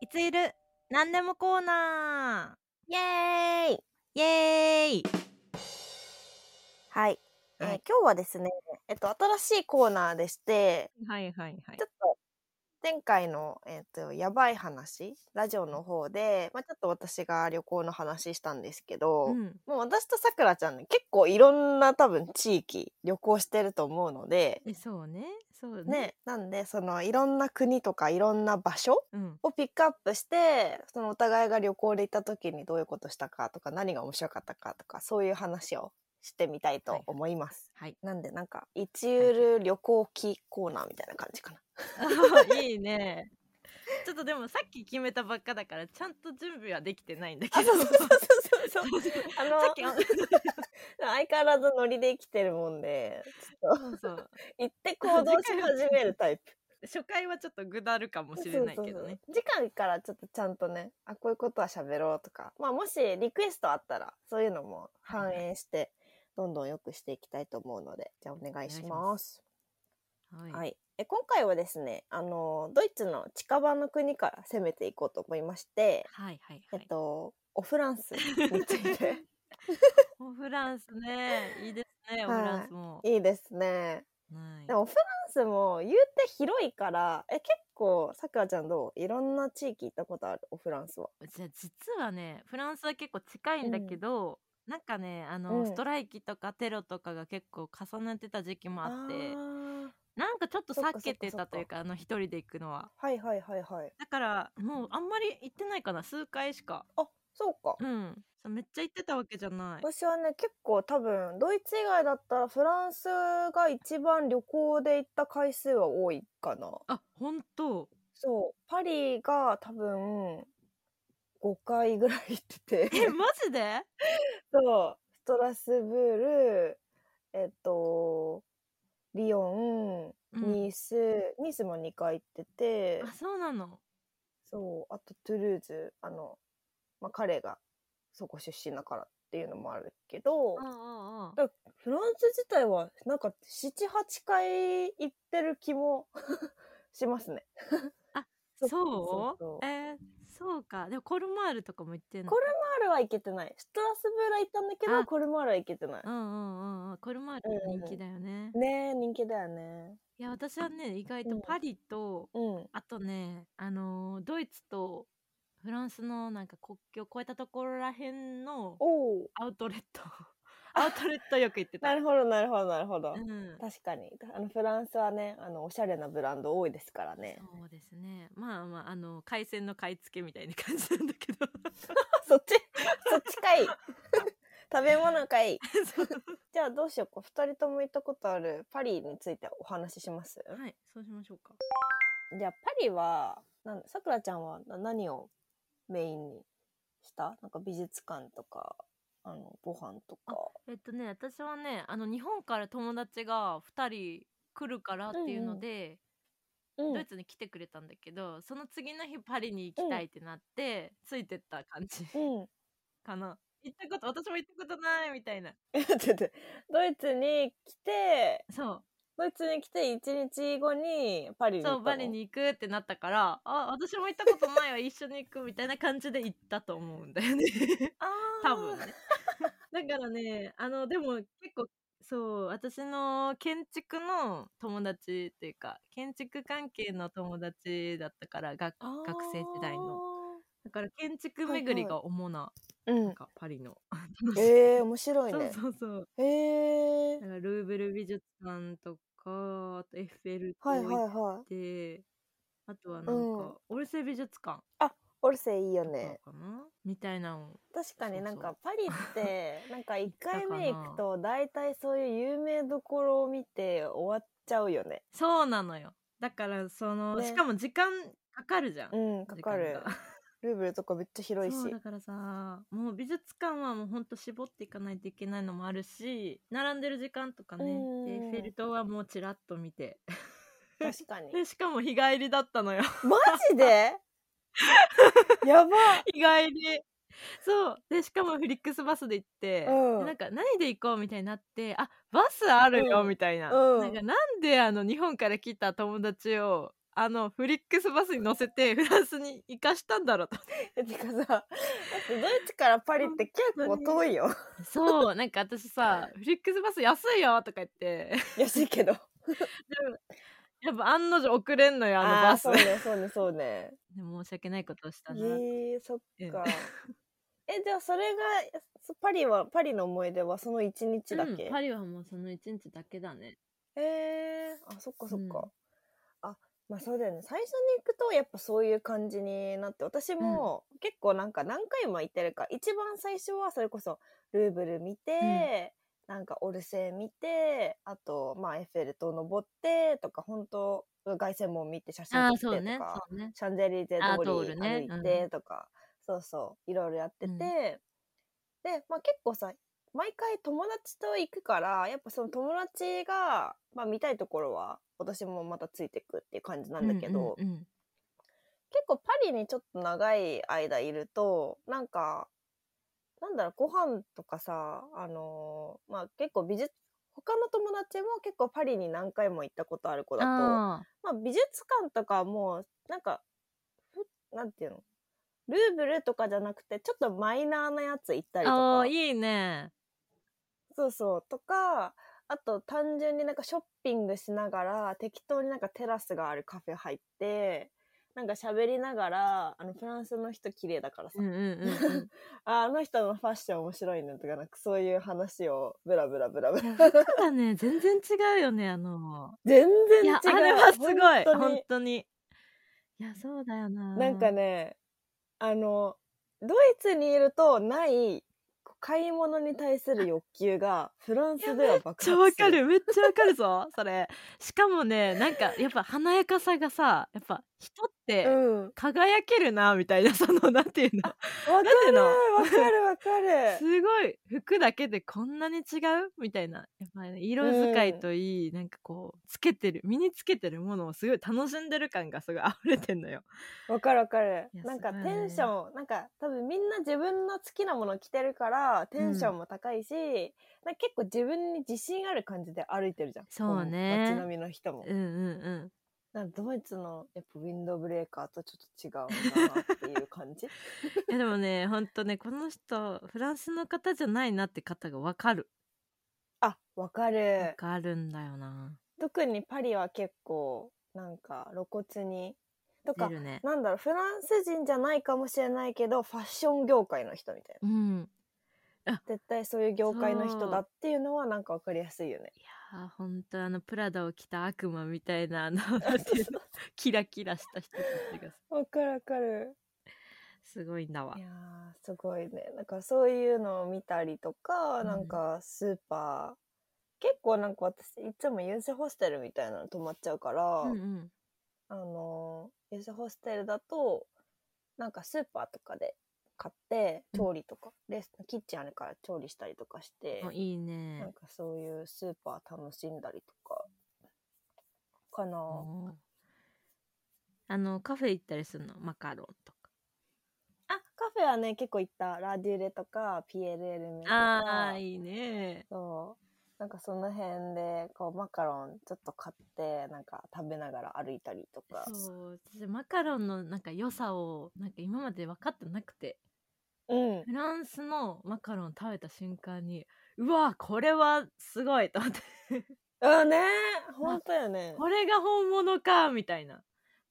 いついる何でもコーナイエーイーイエーイはい、えーはい今日はですね、えっと、新しいコーナーでして、はいはいはいちょっと前回の、えっと、やばい話、ラジオの方で、まあ、ちょっと私が旅行の話したんですけど、うんもう私とさくらちゃんね、結構いろんな多分地域、旅行してると思うので、えそうねそうねね、なんで、そのいろんな国とかいろんな場所うんをピックアップしてそのお互いが旅行で行った時にどういうことしたかとか何が面白かったかとかそういう話をしてみたいと思います。はいなんでなんかいちゆる旅行記コーナーみたいな感じかな。あ いいねちょっとでもさっき決めたばっかだからちゃんと準備はできてないんだけどそうあ のさっきの相変わらずノリで生きてるもんでそうそう行って行動し始めるタイプ。 初回はちょっとぐだるかもしれないけどねそうそうそう次回からちょっとちゃんとねあこういうことは喋ろうとか、まあ、もしリクエストあったらそういうのも反映してどんどん良くしていきたいと思うのでじゃあお願いします。ははいえ今回はですねあのドイツの近場の国から攻めていこうと思いまして、はいはいえっとオフランスについてオフランスねいいですねオはいフランスも、いいですね。はいでもフランスも言うて広いからえ結構さくらちゃんどういろんな地域行ったことあるオフランスは。じゃあ実はねフランスは結構近いんだけど、なんかねあの、うんストライキとかテロとかが結構重なってた時期もあってーなんかちょっとそっか避けてそったかそっかというかあの一人で行くのははいはいはいはい。だからもうあんまり行ってないかな数回しかあ、そうか。うんそうめっちゃ行ってたわけじゃない私はね、結構多分、ドイツ以外だったらフランスが一番旅行で行った回数は多いかな。あ本 当そう。パリが多分、5回ぐらい行ってえて。マジでそう。ストラスブール、えっと、リヨン、うんニース、ニースも2回行っててあ、そうなのそう。あとトゥルーズ、あの、まあ、彼がそこ出身だからっていうのもあるけど、うんうんうんだからフランス自体はなんか78回行ってる気も しますね。あそそううそうそうえーそうかでもコルマールとかも行ってんのコルマールは行けてないストラスブールは行ったんだけどあコルマールは行けてないうん。うんうんうんコルマーうんうんうルん人気だよね、ねえ人気だよね。いや私はね意外うとんパリと、うん。あとねあのードイツとフランスのなんか国境を越えたところらへんのおお。アウトレット アウトレットよく行ってた。なるほどなるほどなるほど。うん確かにあのフランスはねあのおしゃれなブランド多いですからね。そうですねまあまああの海鮮の買い付けみたいな感じなんだけ どそっちそっちかい。 食べ物かい。そうじゃあどうしようか二人とも行ったことあるパリについてお話しします。 はいそうしましょうかじゃあパリはなんさくらちゃんはな何をメインにしたなんか美術館とかあのご飯とかえっとね私はねあの日本から友達が2人来るからっていうので、うんドイツに来てくれたんだけどその次の日パリに行きたいってなって、ついてった感じうん かな行ったこと私も行ったことないみたいなちょっと待ってドイツに来てそドイツに来て一日後にパリうに行ったそのうバリに行くってなったからあ私も行ったことないわ一緒に行くみたいな感じで行ったと思うんだよ ねあー多分ねだからねあのでも結構そう私の建築の友達っていうか建築関係の友達だったからがあー学生時代のだから建築巡りが主なうなんんかパリの えー、面白いそうねそうそうえーだ、からルーブル美術館とかあとエッフェル塔はいはい行っはいて、あとはなんか、うんオルセ美術館オルセイいいよとかねかな、みたいなの確かにそうなそうんかパリって なんか1行った回かな目行くと大体そういう有名どころを見て終わっちゃうよね。そうなのよだからその、ねしかも時間かかるじゃん、うんかか時る間。がルーブルとかめっちゃ広いし。そうだからさもう美術館はもうほんと絞っていかないといけないのもあるし並んでる時間とかねうんでエッフェル塔はもうちらっと見て確かに。でしかも日帰りだったのよ マジでやば日帰りそうでしかもフリックスバスで行って、うんでなんか何で行こうみたいになってあバスあるようんみたいな,、うんなんかなんであの日本から来た友達をあのフリックスバスに乗せ てフランスに行かしたんだろうとてかさ、だってドイツからパリって結構遠いよ。そうなんか私さ 「フリックスバス安いよ」とか言って 安いけど。でもやっぱ案の定遅れんのよあのあバあ、スそうね、そうね、そうね。で申し訳ないことをしたな、ええ、そっうんか。 え、じゃあそれが、そパリは、パリの思い出はその一日だうけんパリはもうその1日だけだねえー、あそっかそっか、うんあまあそうだよね最初に行くとやっぱそういう感じになって私も結構なんか何回も行ってるから、一番最初はそれこそルーブル見て、なんかオルセー見てあとまあエッフェル塔登ってとか本当凱旋門見て写真ああ撮っそうてとか、ねそうねシャンゼリゼあ通通りるね歩いてとか、そうそういろいろやってて、うんで、まあ、結構さ毎回友達と行くからやっぱその友達が、まあ、見たいところは私もまたついてくっていう感じなんだけど、うんうんうん結構パリにちょっと長い間いるとなんかなんだろうご飯とかさあのーまあ結構美術他の友達も結構パリに何回も行ったことある子だとああまあ、美術館とかはもうなんかふなんていうのルーブルとかじゃなくてちょっとマイナーなやつ行ったりとあーかいいねそうそうとかあと単純になんかショッピングしながら適当になんかテラスがあるカフェ入ってなんか喋りながらあのフランスの人綺麗だからさ、うんうんうん うんああの人のファッション面白いねとかなんかそういう話をブラブラブラブ ラただね全然違うよねあの全然い違うやあれはすごい本当本当ににいやそうだよななんかね、あの、ドイツにいるとない買い物に対する欲求がフランスでは爆発めっちゃわか。るめっちゃわかるぞそれしかもねなんかやっぱ華やかさがさやっぱ人っうてん。わ輝けるなみたいな そのなんていうのかていうるのわかるわかる。すごい服だけでこんなに違うみたいなやっぱり色使いといい、なんかこうつけてる身につけてるものをすごい楽しんでる感がすごい溢れてんのよ。わかるわかるい。やなんかすテごいねンション、なんか多分みんな自分の好きなもの着てるからテンションも高いし、なんか結構自分に自信ある感じで歩いてるじゃん。そうねこう街並みの人も。うんうんなんかドイツのやっぱウィンドブレーカーとちょっと違うんだなっていう感じ。うん、いやでもねほんとねこの人フランスの方じゃないなって方がわかるあ、わかる。わかるんだよな。特にパリは結構なんか露骨にとか出るね。なんだろうフランス人じゃないかもしれないけどファッション業界の人みたいうんな絶対そういう業界のそ人うだっていうのはなんかわかりやすいよね。いやーほんとあのプラダを着た悪魔みたいなあ のなんていうのキラキラした人たちがわかるわかる。すごいんだわい。やーすごいね。なんかそういうのを見たりとか、うんなんかスーパー結構なんか私いつもユースホステルみたいなの泊まっちゃうから、うんうん、あのーユースホステルだとなんかスーパーとかで買ってうん調理とか、レスキッチンあるから調理したりとかしてあいいなんね。かそういうスーパー楽しんだりとかかな、おーあのカフェ行ったりするのマカロンとか。あカフェはね結構行ったラデュレとかピエール・エルメとあかあいいね。そうなんかその辺でこうマカロンちょっと買ってなんか食べながら歩いたりとかそう私マカロンのなんか良さをなんか今まで分かってなくてうんフランスのマカロン食べた瞬間にうわこれはすごいと思ってあね本当よねこれが本物かみたいな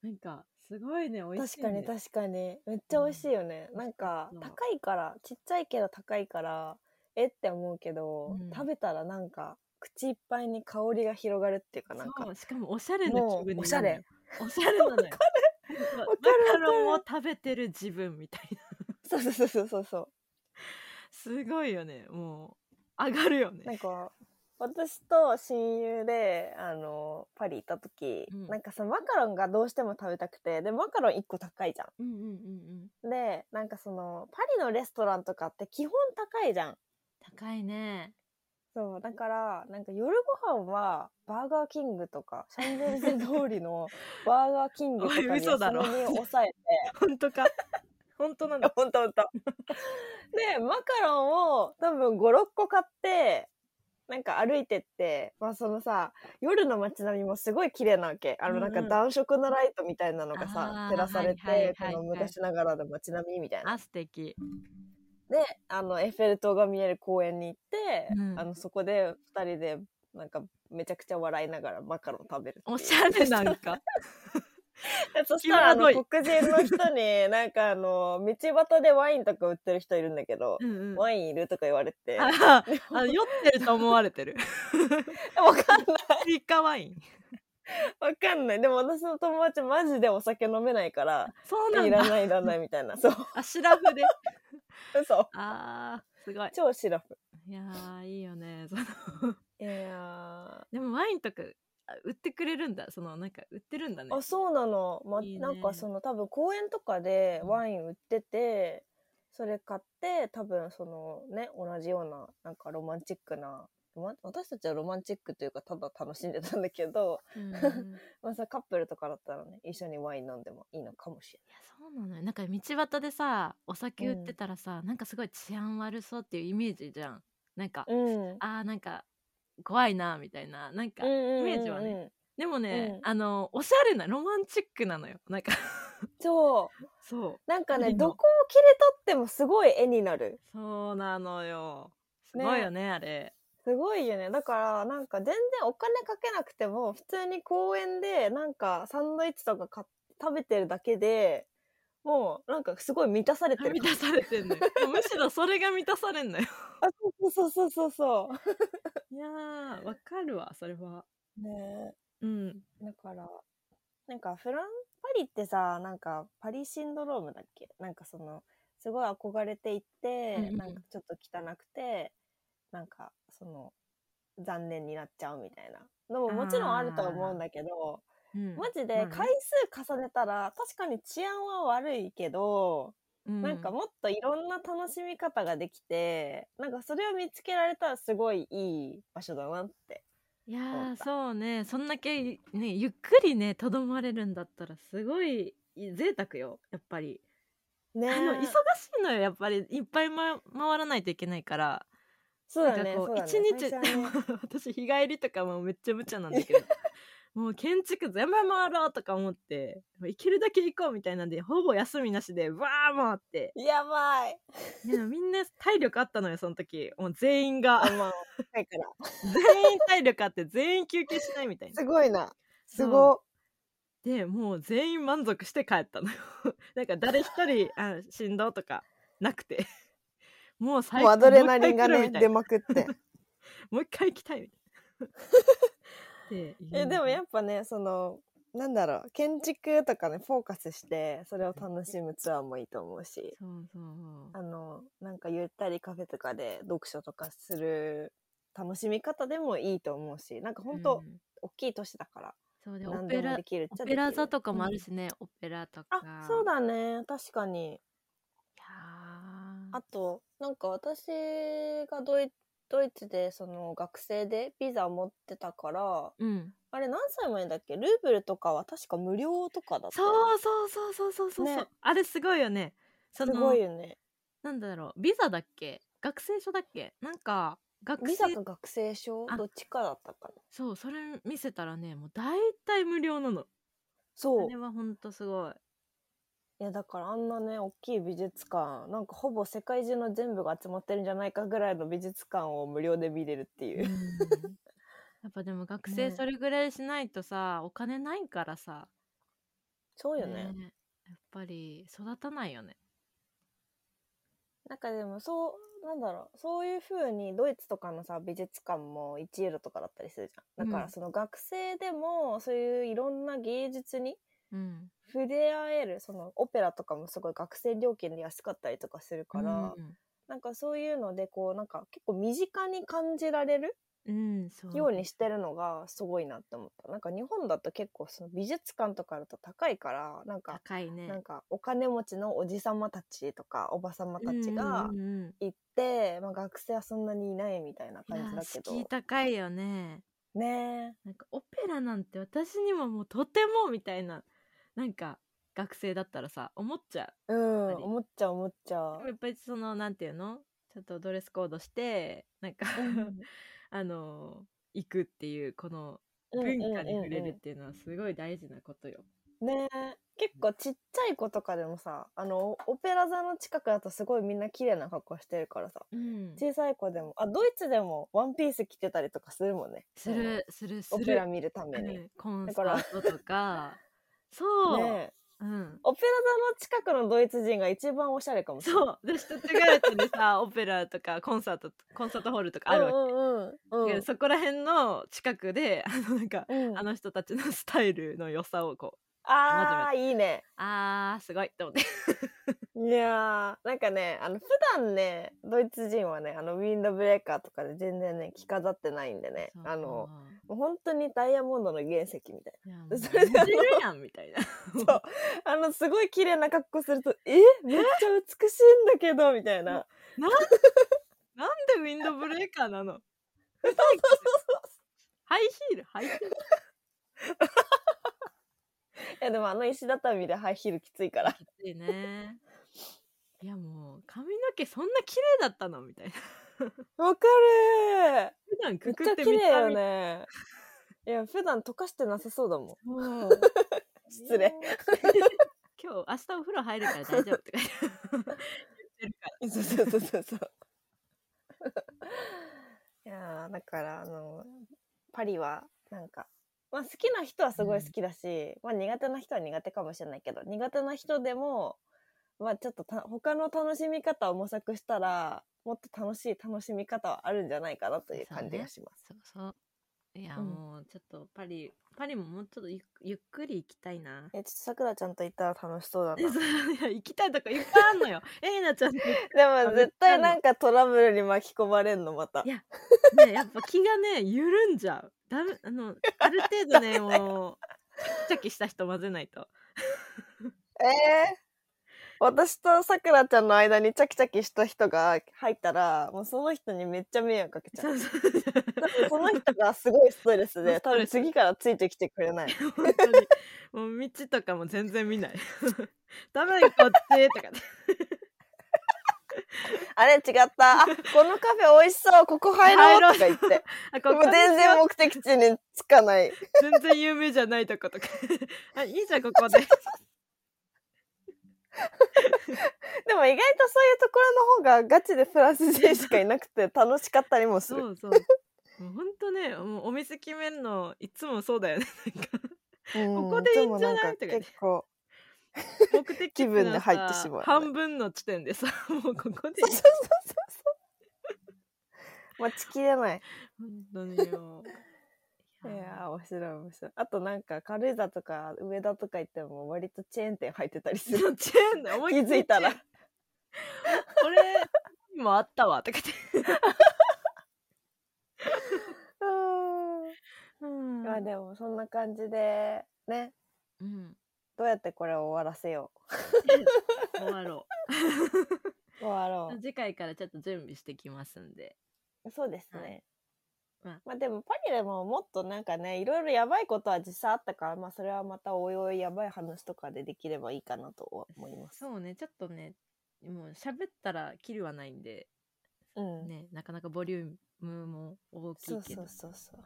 なんかすごいね美味しい、確ね、かに確かにめっちゃ美味しいよね、うんなんかそう高いからちっちゃいけど高いからえって思うけど、うん食べたらなんか口いっぱいに香りが広がるっていうかなんかそうしかもおしゃれなも気分うにおしゃなるれのよおしゃれな のよなんかわかるマカロンを食べてる自分みたいな そうそうそうそうそうそすごいよねもう上がるようなんねか私と親友であのパリ行った時、うんなんかそのマカロンがどうしても食べたくてでマカロン1個高いじゃうんうんうんうんんでなんかそのパリのレストランとかって基本高いじゃん高いねそう、だから、なんか夜ご飯は、バーガーキングとか、シャンゼリゼ通りのバーガーキングとかにおい 嘘だろその辺を抑えて、本当か 本当なんだほんとほんと。で、マカロンを多分5、6個買って、なんか歩いてって、まあそのさ、夜の街並みもすごい綺麗なわけ。あの、なんうかんうん暖色のライトみたいなのがあ、さー照らされはいはいて、こはいのはい昔ながらの街並みみたいな。あ素敵で、あの、エッフェル塔が見える公園に行って、うんあの、そこで二人で、なんか、めちゃくちゃ笑いながらマカロン食べるっていう。おしゃれなん か そしたら、あの、際どい黒人の人に、なんかあの、道端でワインとか売ってる人いるんだけど、うん、うん、ワインいるとか言われて、あわああ酔ってると思われてる かんない。スイカワ インわかんない。でも私の友達マジでお酒飲めないから、そうないんらだないいらないみたいな。そう、あシラフで嘘。あーすごい超シラフ。いやーいいよねそのいやーでもワインとかあ売ってくれるんだそのなんか売ってるんだねあ、そうなの。ま、いいねなんかその多分公園とかでワイン売ってて、それ買って多分そのね、同じようななんかロマンチックな、ロマン私たちはロマンチックというかただ楽しんでたんだけど、 うんうんいやまあ、それカップルとかだったらね、一緒にワイン飲んでもいいのかもしれそうなのよなんか道端でさお酒売ってたらさ、なんかすごい治安悪そうっていうイメージじゃんなんか、ない。うん。あーなんか怖いなみたいななんか、イメージはねでもね、うんあのおしゃれなロマンチックなのよなんか そう。そうなんかあね、りのどこを切り取ってもすごい絵になる。そうなのよすねごいよねあれすごいよね。だから、なんか全然お金かけなくても、普通に公園で、なんかサンドイッチとか買っ食べてるだけで、もう、なんかすごい満たされてる満。たされて んのよむしろそれが満たされんのよあ、そうそうそうそうそいやーわかるわそれはう。ねうんえだから、なんかフラン、パリってさ、なんかパリシンドロームだっけなんかその、すごい憧れていて、うんうんなんかちょっと汚くて、なんかその、残念になっちゃうみたいなのももちろんあるとは思うんだけど、うんマジまであね回数重ねたら確かに治安は悪いけど、うんなんかもっといろんな楽しみ方ができてなんかそれを見つけられたらすごいいい場所だなっていや思っーたそうねそんだけねゆっくりねとどまれるんだったらすごいい贅沢よやっぱり、ねあの忙しえいのよやっぱりいっぱい、ま、回らないといけないからそうだなんねかそうこうだね一、日最初 はね私日帰りとかもうめっちゃ無茶なんだ けどもう建築全部回ろうとか思ってもう行けるだけ行こうみたいなんでほぼ休みなしでわー回ってやばいでもみんな体力あったのよその時もう全員が あまあ若い から全員体力あって全員休憩しないみたいなすごいなすそうごでもう全員満足して帰ったのよ なんか誰一人あしんどとかなくて もうい最もうアドレナリンがもうね一回来る出みまくってたいなもう一回行きたいみたいなっ てえでもやっっぱねそのなんだろう建築とかねフォーカスしてそれを楽しむツアーもいいと思うしそうそうあの、なんかゆったりカフェとかで読書とかする楽しみ方でもいいと思うし、なんか本当、うん大きい都市だから、そうでオ何でペもラできるっちゃオできペる。ラ座とかもあるしね、オペラとかうん。あ、そうだね。確かに。いやーあと、なんか私がドイドイツでその学生でビザ持ってたから、うんあれ何歳前だっけルーブルとかは確か無料とかだったそよね。うそうそうそうそうそう、ねあれすごいよねそすごのいよね。なんだろうビザだっけ学生証だっけなんか学ビザ生か学生証あどっちかだったかな。そうそれ見せたらねもう大体無料なのそうそれ。はほんとすごい いやだからあんなね大きい美術館なんかほぼ世界中の全部が集まってるんじゃないかぐらいの美術館を無料で見れるっていう う、んやっぱでも学生ねそれぐらいしないとさ、お金ないからさそうよねねやっぱり育たないよねなんかでもそうなんだろうそういう風にドイツとかのさ美術館も1ユーロとかだったりするじゃんだかうらんその学生でもそういういろんな芸術にうん触れ合えるそのオペラとかもすごい学生料金で安かったりとかするから、うんなんかそういうのでこうなんか結構身近に感じられるうん、そうようにしてるのがすごいなって思った。なんか日本だと結構その美術館とかだと高いから、なんか、高いねなんかお金持ちのおじさまたちとかおばさまたちがうんうんうん行って、まあ学生はそんなにいないみたいないや感じだけ敷居ど。高いよねねなんかオペラなんて私にももうとてもみたいななんか学生だったらさ思っちゃうえ。うん、やっぱり思っちゃう思っちゃ でもやっぱりそのなんていうのちょっとドレスコードしてなんか、う。うん あの行くっていうこのうん文化に触れうんうんうるんっていうのはすごい大事なことよ。ねえ結構ちっちゃい子とかでもさあのオペラ座の近くだとすごいみんな綺麗な格好してるからさうん小さい子でもあドイツでもワンピース着てたりとかするもんねするするすオる。ペラ見るためうに、んコンだサからートとかそう、ねえうん、オペラ座の近くのドイツ人が一番おしゃれかもしれないそうで人違うちに さオペラとかコンサートコンサートホールとかあるわけ、うんうんうんうんでそこら辺の近くであのなんか、うんあの人たちのスタイルの良さをこうあーいいねあーすごいと思っていやーなんかねあの普段ねドイツ人はねあのウィンドブレーカーとかで全然ね着飾ってないんでねあのもう本当にダイヤモンドの原石み たいいやもうそれで似てるやんみたいななあのすごい綺麗な格好するとえめっちゃ美しいんだけどみた いななんでウィンドブレーカーなのハイヒールハイヒールいやでもあの石畳でハイヒールきついからきついねいやもう髪の毛そんな綺麗だったのみたいなわかる普段めくっくちっゃて綺見麗たよ目ねいや普段溶かしてなさそうだもんもう失礼。今日明日お風呂入るから大丈夫とか 言ってるか そうそうそうそうそう。 いやーだからあのパリはなんか、まあ、好きな人はすごい好きだし、まあ、苦手な人は苦手かもしれないけど苦手な人でも、まあ、ちょっとた他の楽しみ方を模索したらもっと楽しい楽しみ方はあるんじゃないかなという感じがしまらそうそういや、うんもうちょっとパリパリももうちょっとゆっゆっくり行きたいなす。えちょっとさくらちゃんと行ったら楽しそうだな。え そういや行きたいとかいっぱいあんのよエイナちゃんって でも絶対なんかトラブルに巻き込まれんのまたい。や、ね、やっぱ気がね緩んじゃうだめあのある 程度ねもうチャキチャキした人混ぜないとええ私とさくらちゃんの間にチャキチャキした人が入ったらもうその人にめっちゃ迷惑かけちゃそううそう多分その人がすごいストレ スでス多トレ分ス次からついてきてくれない 本当にもう道とかも全然見ない ダメこっちとか あれ違ったあこのカフェ美味しそうここ入ろうとか言ってあこもこう全然目的地に着かない 全然有名じゃないとことか あいいじゃんここ ででも意外とそういうところの方がガチでフランス人しかいなくて楽しかったりもするそうそう もうほんとねもうお店決めるのいつもそうだよね なんか うんここでいいんじゃないつとかもんかね結構目的地の気分で入ってしまうねさ半分の地点でさもうここで そうそうそう そう待ちきれない本当によ いやー面白い面白いあとなんか軽井沢とか上田とか行っても割とチェーン店入ってたりすそるの チェーンだ思い気っきりづいたら チェーンこれにもあったわとか言ってうんまあでもそんな感じでね うんどうやってこれを終わらせよ終わろう終わろう次回からちょっと準備してきますんでうそうですね、はいまあでもパリでももっとなんかねいろいろやばいことは実際あったからまあそれはまたおいおいやばい話とかでできればいいかなと思いますそうねちょっとねもう喋ったらキリはないんでうん、ねなかなかボリュームも大きそいうけそどうそうそうは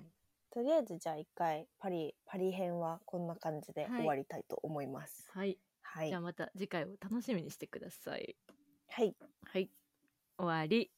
いとりあえずじゃあ一回パリパリ編はこんな感じではい終わりたいと思います、はい、はいじゃあまた次回を楽しみにしてくださいはいはい終わり